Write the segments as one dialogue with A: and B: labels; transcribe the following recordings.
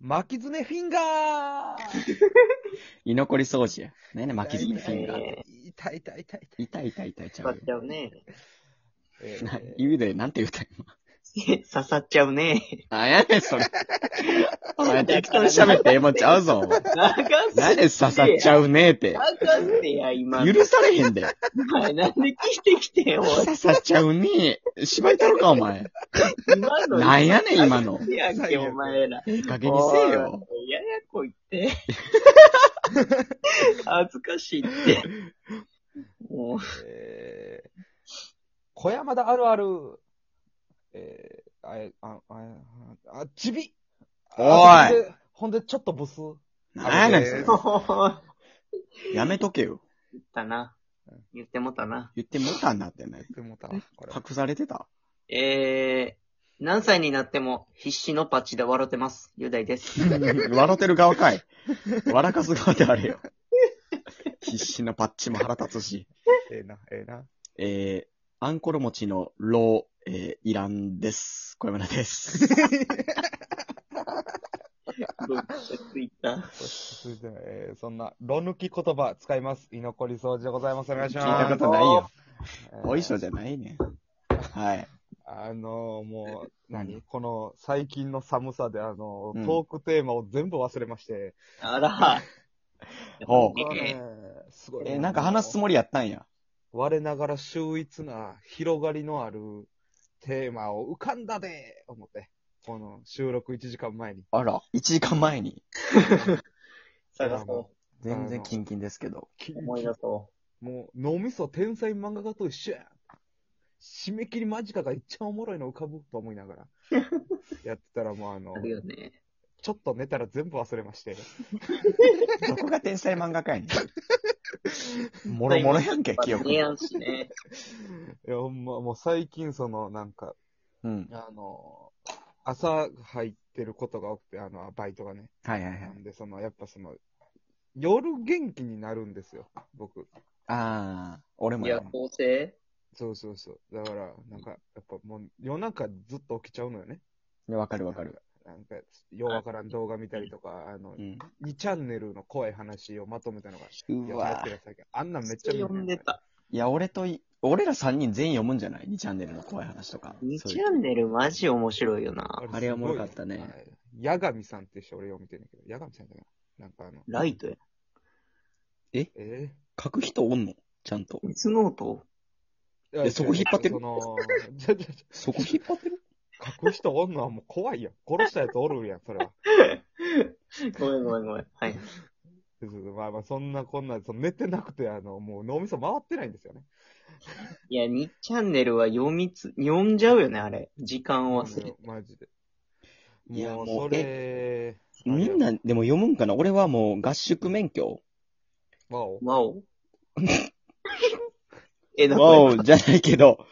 A: 巻き爪フィンガー
B: 居残り掃除や。ねね、巻き爪フィンガーって。
A: 痛い痛い痛い痛い。
B: 痛い痛い痛いちゃ
C: 刺
B: う
C: さっ
B: よ
C: ち。ゃうね。
A: え
B: な
A: ー
B: 言うで、なんて言うた今。
C: 刺さっちゃうね。
B: あ、やねんそれ。お前適当に喋ってええもんちゃうぞ。
C: 流す。
B: 何で刺さっちゃうねえって。
C: 流してや、今。
B: 許されへんで。
C: お前なんで聞いてきてよ、おい
B: 刺さっちゃうねえ。芝居太郎か、お前。
C: 今の。
B: なんやねん、今の。
C: いやっけ、お前ら。
B: ええ加減にせえよ。
C: おい。ややこいって。恥ずかしいって。もう、
A: えー 小山田あるある、えー、あれ、あ、あ、あ、あちびあ
B: お
A: ほ
B: い
A: んでほんで、ちょっとブス。
B: なんやねん、そ
A: えー。
B: れやめとけよ。
C: 言ったな。言ってもたな。
B: 言ってもたんなってね。
A: でもたわ これ。
B: 隠されてた
C: えー、何歳になっても必死のパッチで笑ってます。雄大 です。
B: 笑ってる側かい。笑かす側であれよ。必死のパッチも腹立つし。
A: ええな、ええな。
B: えー、アンコロ持ちのロー、えー、イランです。小山田です。
C: どっかツイッター。
A: 続いては、えー、そんな、ロ抜き言葉使います。居残り掃除でございます。お願いし
B: 聞
A: ま
B: い
A: す。
B: たことないよ。
A: えー
B: お衣装じゃないね。はい。
A: あのー、もう、
B: 何
A: 何この最近の寒さで、あのー
B: うん
A: トークテーマを全部忘れまして。
C: あら。
B: ほう
A: これは
C: え
A: ねすごい。
B: えーなんか話すつもりやったんや。
A: 我ながら秀逸な広がりのあるテーマを浮かんだで思って。この収録1時間前に。
B: あら、1時間前に。
C: 探そ
B: 全然キンキンですけど。
C: う。思い出そ
A: もう脳みそ天才漫画家と一緒やん。締め切り間近が一番おもろいの浮かぶと思いながら。やってたらもうあの
C: う。あ、るよね。
A: ちょっと寝たら全部忘れまして。
B: どこが天才漫画家やねん。もろもろやんけ、記憶。
C: 提案 しね。
A: いや、ほんま、もう最近その、なんか、
B: うん。
A: あの、朝入ってることが多くて、あの、バイトがね。
B: はいはいは。
A: ないんで、その、やっぱその、夜元気になるんですよ、僕。
B: あー、俺も
C: い
B: や
C: や、
B: わ。
C: 構成
A: そうそうそう。だから、なんか、やっぱもう、夜中ずっと起きちゃうのよね。
B: いやわかるわかる。
A: なんか、ようわからん動画見たりとか、あの
B: う、ん。
A: 2チャンネルの怖い話をまとめたのが、
B: う
A: やっ
B: わ
A: てる最近。あんなんめっちゃ見る
C: 読んでた。
B: いや、俺とい、俺ら3人全員読むんじゃない ?2 チャンネルの怖い話とか。
C: 2
B: そう
C: チ
B: いう
C: ャンネルマジ面白いよな。
B: あれおもろかったね。
A: ヤガミさんって人俺を見てんだけど、ヤガミさんだな。なんかあの、
C: ライトや。
A: え
B: 書く人おんのちゃんと。
C: デスノート
A: ー、
B: えそこ引っ張ってる
A: その、じゃじゃじ
B: そこ引っ張ってる
A: ゃ書く人おんのはもう怖いやん。殺したやつおるやん、それは。
C: ごめんごめんごめん。はい。
A: そうそうまあまあ、そんなこんなで、その寝てなくて、あの、もう脳みそ回ってないんですよね。
C: いや、2チャンネルは読みつ、読んじゃうよね、あれ。時間を忘れて。
A: マジで。
B: いや
A: もう、
B: もう
A: それ、
B: みんな
A: あれや、
B: でも読むんかな俺はもう合宿免許
A: わお、
C: わ お。え、だか
B: わ
C: ら、
B: おじゃないけど、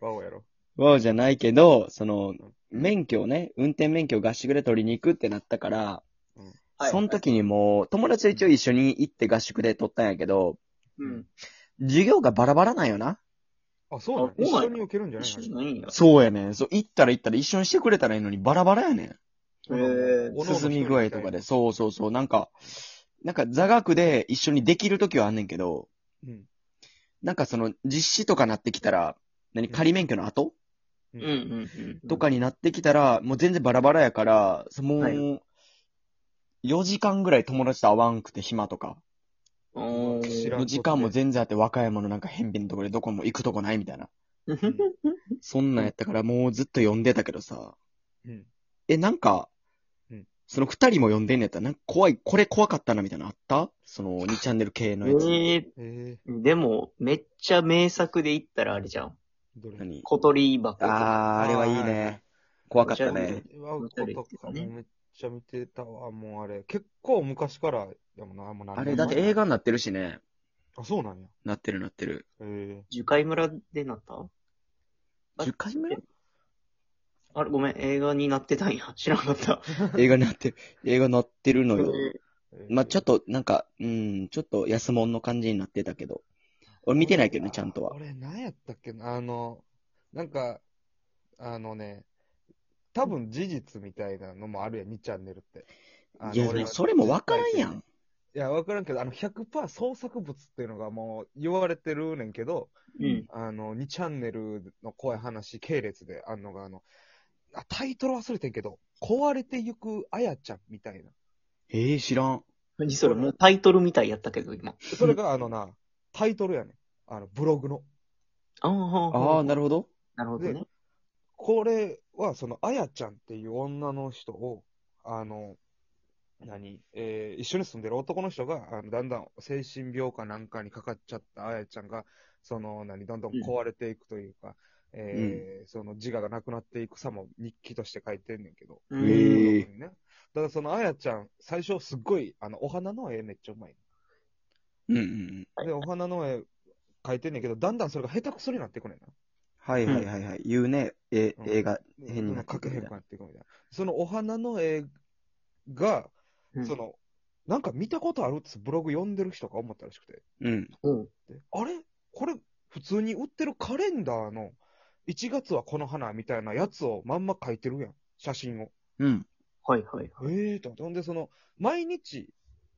A: わおやろ。
B: わおじゃないけど、その、免許をね、運転免許を合宿で取りに行くってなったから、
C: はい
B: その時にもう、友達と一応一緒に行って合宿で取ったんやけど、
C: うん。
B: 授業がバラバラなんよな。
A: あ、そうなの
C: あそう
A: 一
C: なんや
A: 緒に受けるんじゃない
C: 一緒じゃ
A: の
C: ないんや。
B: そうやねん。そう、行ったら行ったら一緒にしてくれたらいいのにバラバラやねん。
C: へー
A: おのおの
B: 進み具合とかで。そうそうそう。なんか、なんか座学で一緒にできる時はあんねんけど、
A: うん。
B: なんかその実施とかなってきたら、何
A: うん
B: 仮免許の後、
A: う
C: うんうん。うん。
B: とかになってきたら、もう全然バラバラやから、そも
C: は
B: う、4時間ぐらい友達と会わんくて暇とか、
C: お
A: 知
C: ー。
A: らん
B: の時間も全然あって和歌山のなんか偏僻のところでどこも行くとこないみたいな。そんなんやったからもうずっと呼んでたけどさ、
A: うん。
B: え、なんか
A: うん、
B: その二人も呼んでんねやったら、なんか怖い、これ怖かったなみたいなのあったその2チャンネル系のやつ。
C: え
A: え
C: ー、でも、めっちゃ名作で言ったらあれじゃん。
A: ー、どれ
B: 何
C: 小鳥箱。
B: あー、あれはいい
A: はいはいはい
B: ね。怖かった
C: おしゃれ
B: ね
C: で。
A: ワウコとかも
C: ね
A: めっちゃ見てたわ、もうあれ。結構昔からやもんな、もう何
B: あ
A: 年前
B: れ、だって映画になってるしね。
A: あ、そうなんや。
B: なってるなってる。
A: え
C: 樹海村でなったあ
B: 10回目
C: あれ、ごめん、映画になってたんや。 知らなかった。
B: 映画になってる。映画なってるのよ。
A: え
B: まあ、ちょっと、なんか、うん、ちょっと安物の感じになってたけど。俺見てないけどね、ちゃんとは。
A: 俺、何やったっけな、あの、なんか、あのね、多分事実みたいなのもあるやん、2チャンネルって。あの
B: いや、
A: 俺
B: で
A: は
B: もそれもわからんやん。
A: いや、わからんけど、あの、100%創作物っていうのがもう言われてるねんけど、
C: うん。
A: あの、2チャンネルの怖い話系列であんのが、あの、あタイトル忘れてんけど、壊れてゆくあやちゃんみたいな。
B: ええ知らん。
C: 何それ、もうタイトルみたいやったけど、今。
A: それがあのな、タイトルやねん。あの、ブログの。
C: ああ、
B: ああ、なるほど。
C: なるほどね。
A: これは、その、あやちゃんっていう女の人を、あの、何えー一緒に住んでる男の人が、あのだんだん精神病かなんかにかかっちゃったあやちゃんが、その、何どんどん壊れていくというか、えーその自我がなくなっていくさも日記として書いてんねんけど。
C: う
B: へ
C: ん
B: え
A: ブログにねだからそのあやちゃん、最初すっごい、あの、お花の絵めっちゃうまい。
B: うんうんうん。
A: で、お花の絵描いてんねんけど、だんだんそれが下手くそになってくねんな。
B: はいはいはいはい。言うね。え、
A: うん
B: 映画、変に
A: な
B: なっ
A: ん
B: て
A: か
B: く
A: 変
B: る
A: 化になっていくみたいな。そのお花の絵が、
C: うん
A: その、なんか見たことあるってブログ読んでる人が思ったらしくて。
B: うん。
C: うん。
A: であれこれ、普通に売ってるカレンダーの、1月はこの花みたいなやつをまんま描いてるやん。写真を。
B: うん。
C: はいはいはい。
A: ええーと思って。ほんで、その、毎日、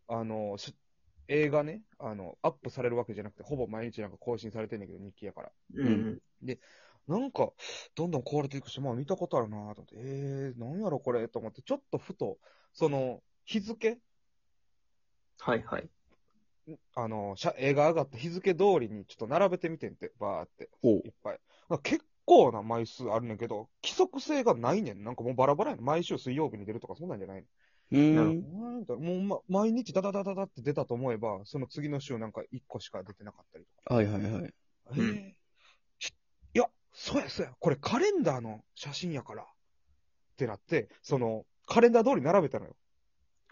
A: あの、し映画ね、あの、アップされるわけじゃなくて、ほぼ毎日なんか更新されてんだけど、日記やから。
C: うん。
A: なんか、どんどん壊れていくし、まあ見たことあるなぁと思って、えー、なんやろこれと思って、ちょっとふと、その、日付、
C: はいはい。
A: あの、しゃ映画上がった日付通りにちょっと並べてみてんて、バーって、
B: ほう
A: い。っぱい。なんか結構な枚数あるねんけど、規則性がないねん。なんかもうバラバラやねん。毎週水曜日に出るとかそんなんじゃないの
B: う
C: なる
B: ーん。
A: なんだもう、ま、毎日ダダダダダって出たと思えば、その次の週なんか1個しか出てなかったりとか。
B: はいはいはい。
C: うん
A: えーちいや、そうやそうや、これカレンダーの写真やから。ってなって、その、カレンダー通り並べたのよ。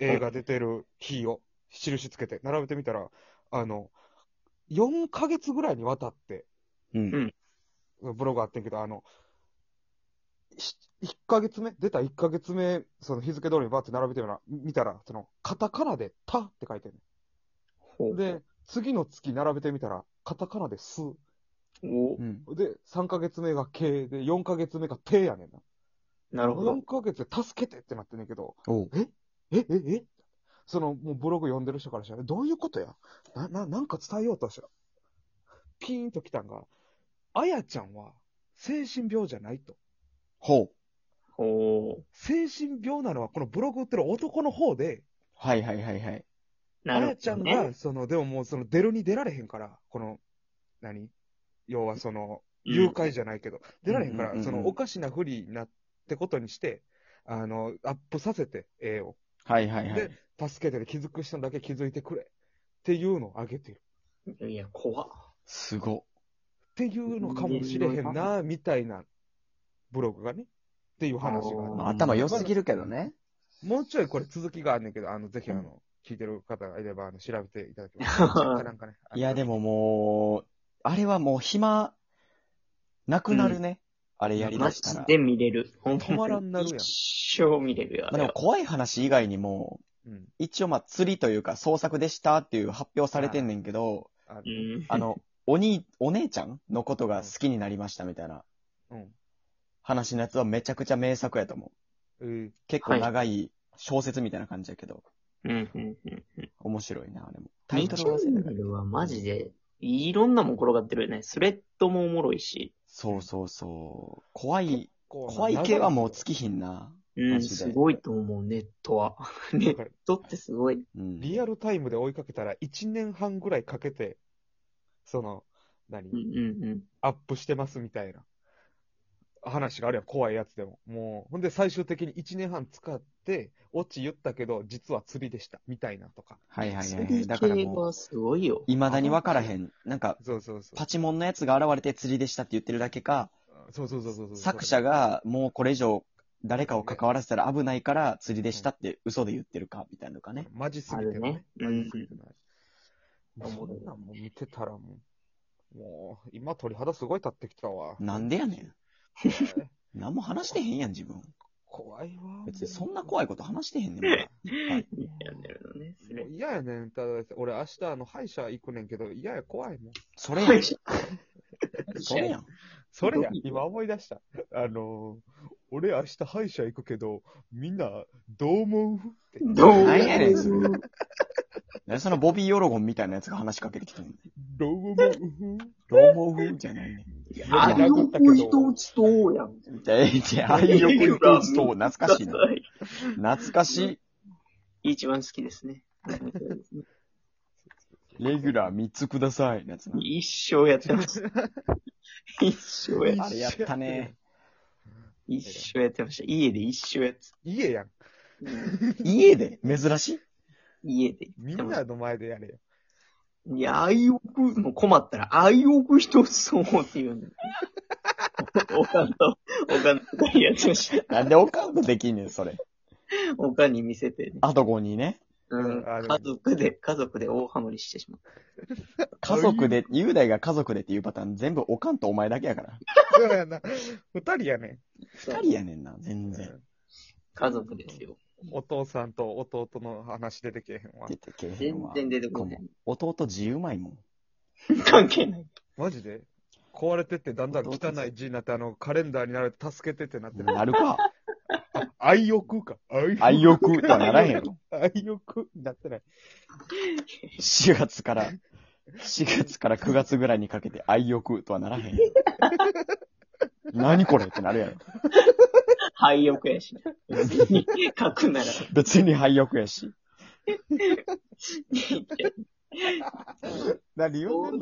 A: 映画出てる日を、印つけて、並べてみたら、あの、4ヶ月ぐらいにわたって、
B: う
C: うん
B: ん。
A: ブログあってんけど、あの、し1ヶ月目、出た1ヶ月目、その日付通りにバーって並べてみたら、見たら、その、カタカナでタって書いてる
C: ほう。
A: で、次の月並べてみたら、カタカナでス。
C: お
B: うん。
A: で、3ヶ月目が経で、4ヶ月目が手やねんな。
C: なるほど
A: 4。ヶ月で助けてってなってんねんけど、
B: おう。
A: え、え、えその、もうブログ読んでる人からしたら、どういうことやな、な、なんか伝えようとしたら、ピーンときたんが、あやちゃんは精神病じゃないと。
B: ほう。
C: ほう。
A: 精神病なのはこのブログ売ってる男の方で、
B: はいはいはいはい。
C: な
A: あ
C: るほど、ね。
A: やちゃんが、その、でももうその出るに出られへんから、この、何要はその、
C: うん
A: 誘拐じゃないけど、出られへんか
B: うんうんうん
A: ら、
B: うん
A: そのおかしなふりになってことにして、あの、アップさせて、絵を。
B: はいはいはい
A: で。、助けてる気づく人だけ気づいてくれ。っていうのをあげてる。
C: いや、怖っ。
B: すごっ。
A: っていうのかもしれへんな、みたいな、ブログがね。っていう話があ
C: う
A: る
C: ん
B: まあ頭良すぎるけどね。
A: もうちょいこれ続きがあんねんけど、あの、ぜひあの、聞いてる方がいれば、あの、調べていただ けますか。なんかね。
B: いや、で
A: も。
B: ももう、あれはもう暇、なくなるね。あれやり
C: マ
B: だし
C: ジ
B: たら。
C: で見れる。ほん
A: 止まらんなるやん
C: 一生見れるよ。
B: まあでも怖い話以外にも、
A: うん。
B: 一応まあ釣りというか創作でしたっていう発表されてんねんけど、
A: あ
C: うん。
B: あの、おに、お姉ちゃんのことが好きになりましたみたいな
A: うん。
B: 話のやつはめちゃくちゃ名作やと思
A: え
B: う。
A: ー
B: 結構長い小説みたいな感じやけど、
C: うん、うん、うん。
B: 面白いな、あれも。タ
C: タ
B: イ
C: イ
B: ト
C: ト
B: ル
C: ル
B: 忘れたけど
C: はマジで、いろんなもん転がってるよね。スレッドもおもろいし。
B: そうそうそう。怖い、
A: こう
B: 怖い系はもう尽きひんな。
C: う
B: マ
C: ん、
B: ジです
C: ごいと思う、ネッ トは。ネ
A: だ
C: ッ
A: から
C: トってすごい。
B: うん。
A: リアルタイムで追いかけたら1年半ぐらいかけて、その、
C: うん、
A: 何
C: うん、うん。
A: アップしてますみたいな話があるやん、怖いやつでも。もう、ほんで最終的に1年半使って、オチ言ったけど、実は釣りでした、みたいなとか。
B: はいはいはい
C: 釣
B: はい。
C: り
B: だから
C: 系
B: もう、
C: はすごいよ。
B: 未だに分からへん。なんか、
A: そうそうそう。
B: パチモンのやつが現れて釣りでしたって言ってるだけか、
A: そうそうそうそうそう。
B: 作者がもうこれ以上誰かを関わらせたら危ないから釣りでしたって嘘で言ってるか、みたいなのかね。
A: マジすぎてね。
C: あるねう
A: マ
C: ん
A: ジすぎてない。
C: うん
A: そんなんもう見てたらもう、もう、今鳥肌すごい立ってきたわ。
B: なんでやねん。
A: 怖い
B: 何も話してへんやん、自分。
A: 怖いわ。
B: 別にそんな怖いこと話してへんねんもん。はい
C: やんでるのね、スレ
A: も
C: ッ
A: う嫌やねん、ただ俺明日あの歯医者行くねんけど、嫌や、怖いもん。
B: それや
C: ド。
B: ん。
C: い
B: それやん。
A: それや
C: どう、いう
A: 今思い出した。あのー俺明日歯医者行くけど、みんな、どう思うって。
C: どう
B: 何やねんそ何そのボビー・ヨロゴンみたいなやつが話しかけてきてんの
A: どう 思う
B: ローモフじゃないね
C: いや
A: あれよく一打
C: ちとやん。
B: ん。じゃあえじゃあ、ああいう横に打つと懐かしいな。懐かしい。
C: 一番好きです ね。
B: レギュラー3つください。のやつな
C: 一生やっ てます。一生やってま
B: あ
C: す
B: れやったね。
C: 一生やってました。家で一生やって
A: 家やん。
C: た。
B: 家で珍しい
C: 家で。
A: みんなの前でやれよ。
C: いや、あいおく、もう困ったら、あいおく一つそうって言うんだよ。おかんと、おかんとやってました。
B: なんでおかんとできんねん、それ。
C: おかんに見せて、ね。
B: あと5にね。
C: うん。
A: あでも
C: 家族で、家族で大ハマりしてしまった。
B: 家族で、雄大が家族でっていうパターン全部おかんとお前だけやから。
A: そうやな。二人やね
C: そう
B: 二人やねんな、全
A: ん。
B: 然。
C: 家族ですよ。
A: お父さんと弟の話出てけえへんわ
B: 出。てけえへん
C: 全
B: わ。
C: 然出てこない。
B: 弟字うまいもん。
C: 関係ない。
A: マジで壊れてってだんだん汚い字になって、あの、カレンダーになると助けてってなってる。
B: なる か。
A: あ愛欲か。
B: 愛欲とはならへんやろ。
A: 愛欲になってない。
B: 4月から、4月から9月ぐらいにかけて愛欲とはならへん。何これってなるやろ。
C: 廃屋やしな。別に書くなら。
B: 別に廃欲やし。何言うて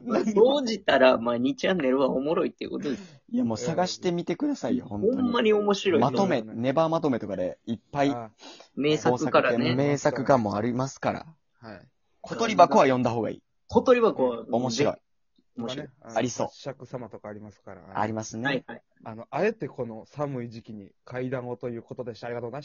B: んの
C: そうじたら、まあ、2チャンネルはおもろいっていうことです。
B: いやもう探してみてくださいよ、本
C: ほん
B: 当
C: ま
B: に。
C: に面白い。
B: まとめ、ネバーまとめとかでいっぱい
A: あ
C: 名作から
B: の
C: ね。
B: 名作がもうありますから。
A: はい。
B: 小鳥箱は読んだ方がいい。
C: 小鳥箱は
B: 面白い。。
C: 面白い。
A: とかね
B: ありそう
A: の伯爵様とかありますから。
B: ありますね。
C: はいはい。
A: あの、あえてこの寒い時期に階段をということでした。ありがとうございました。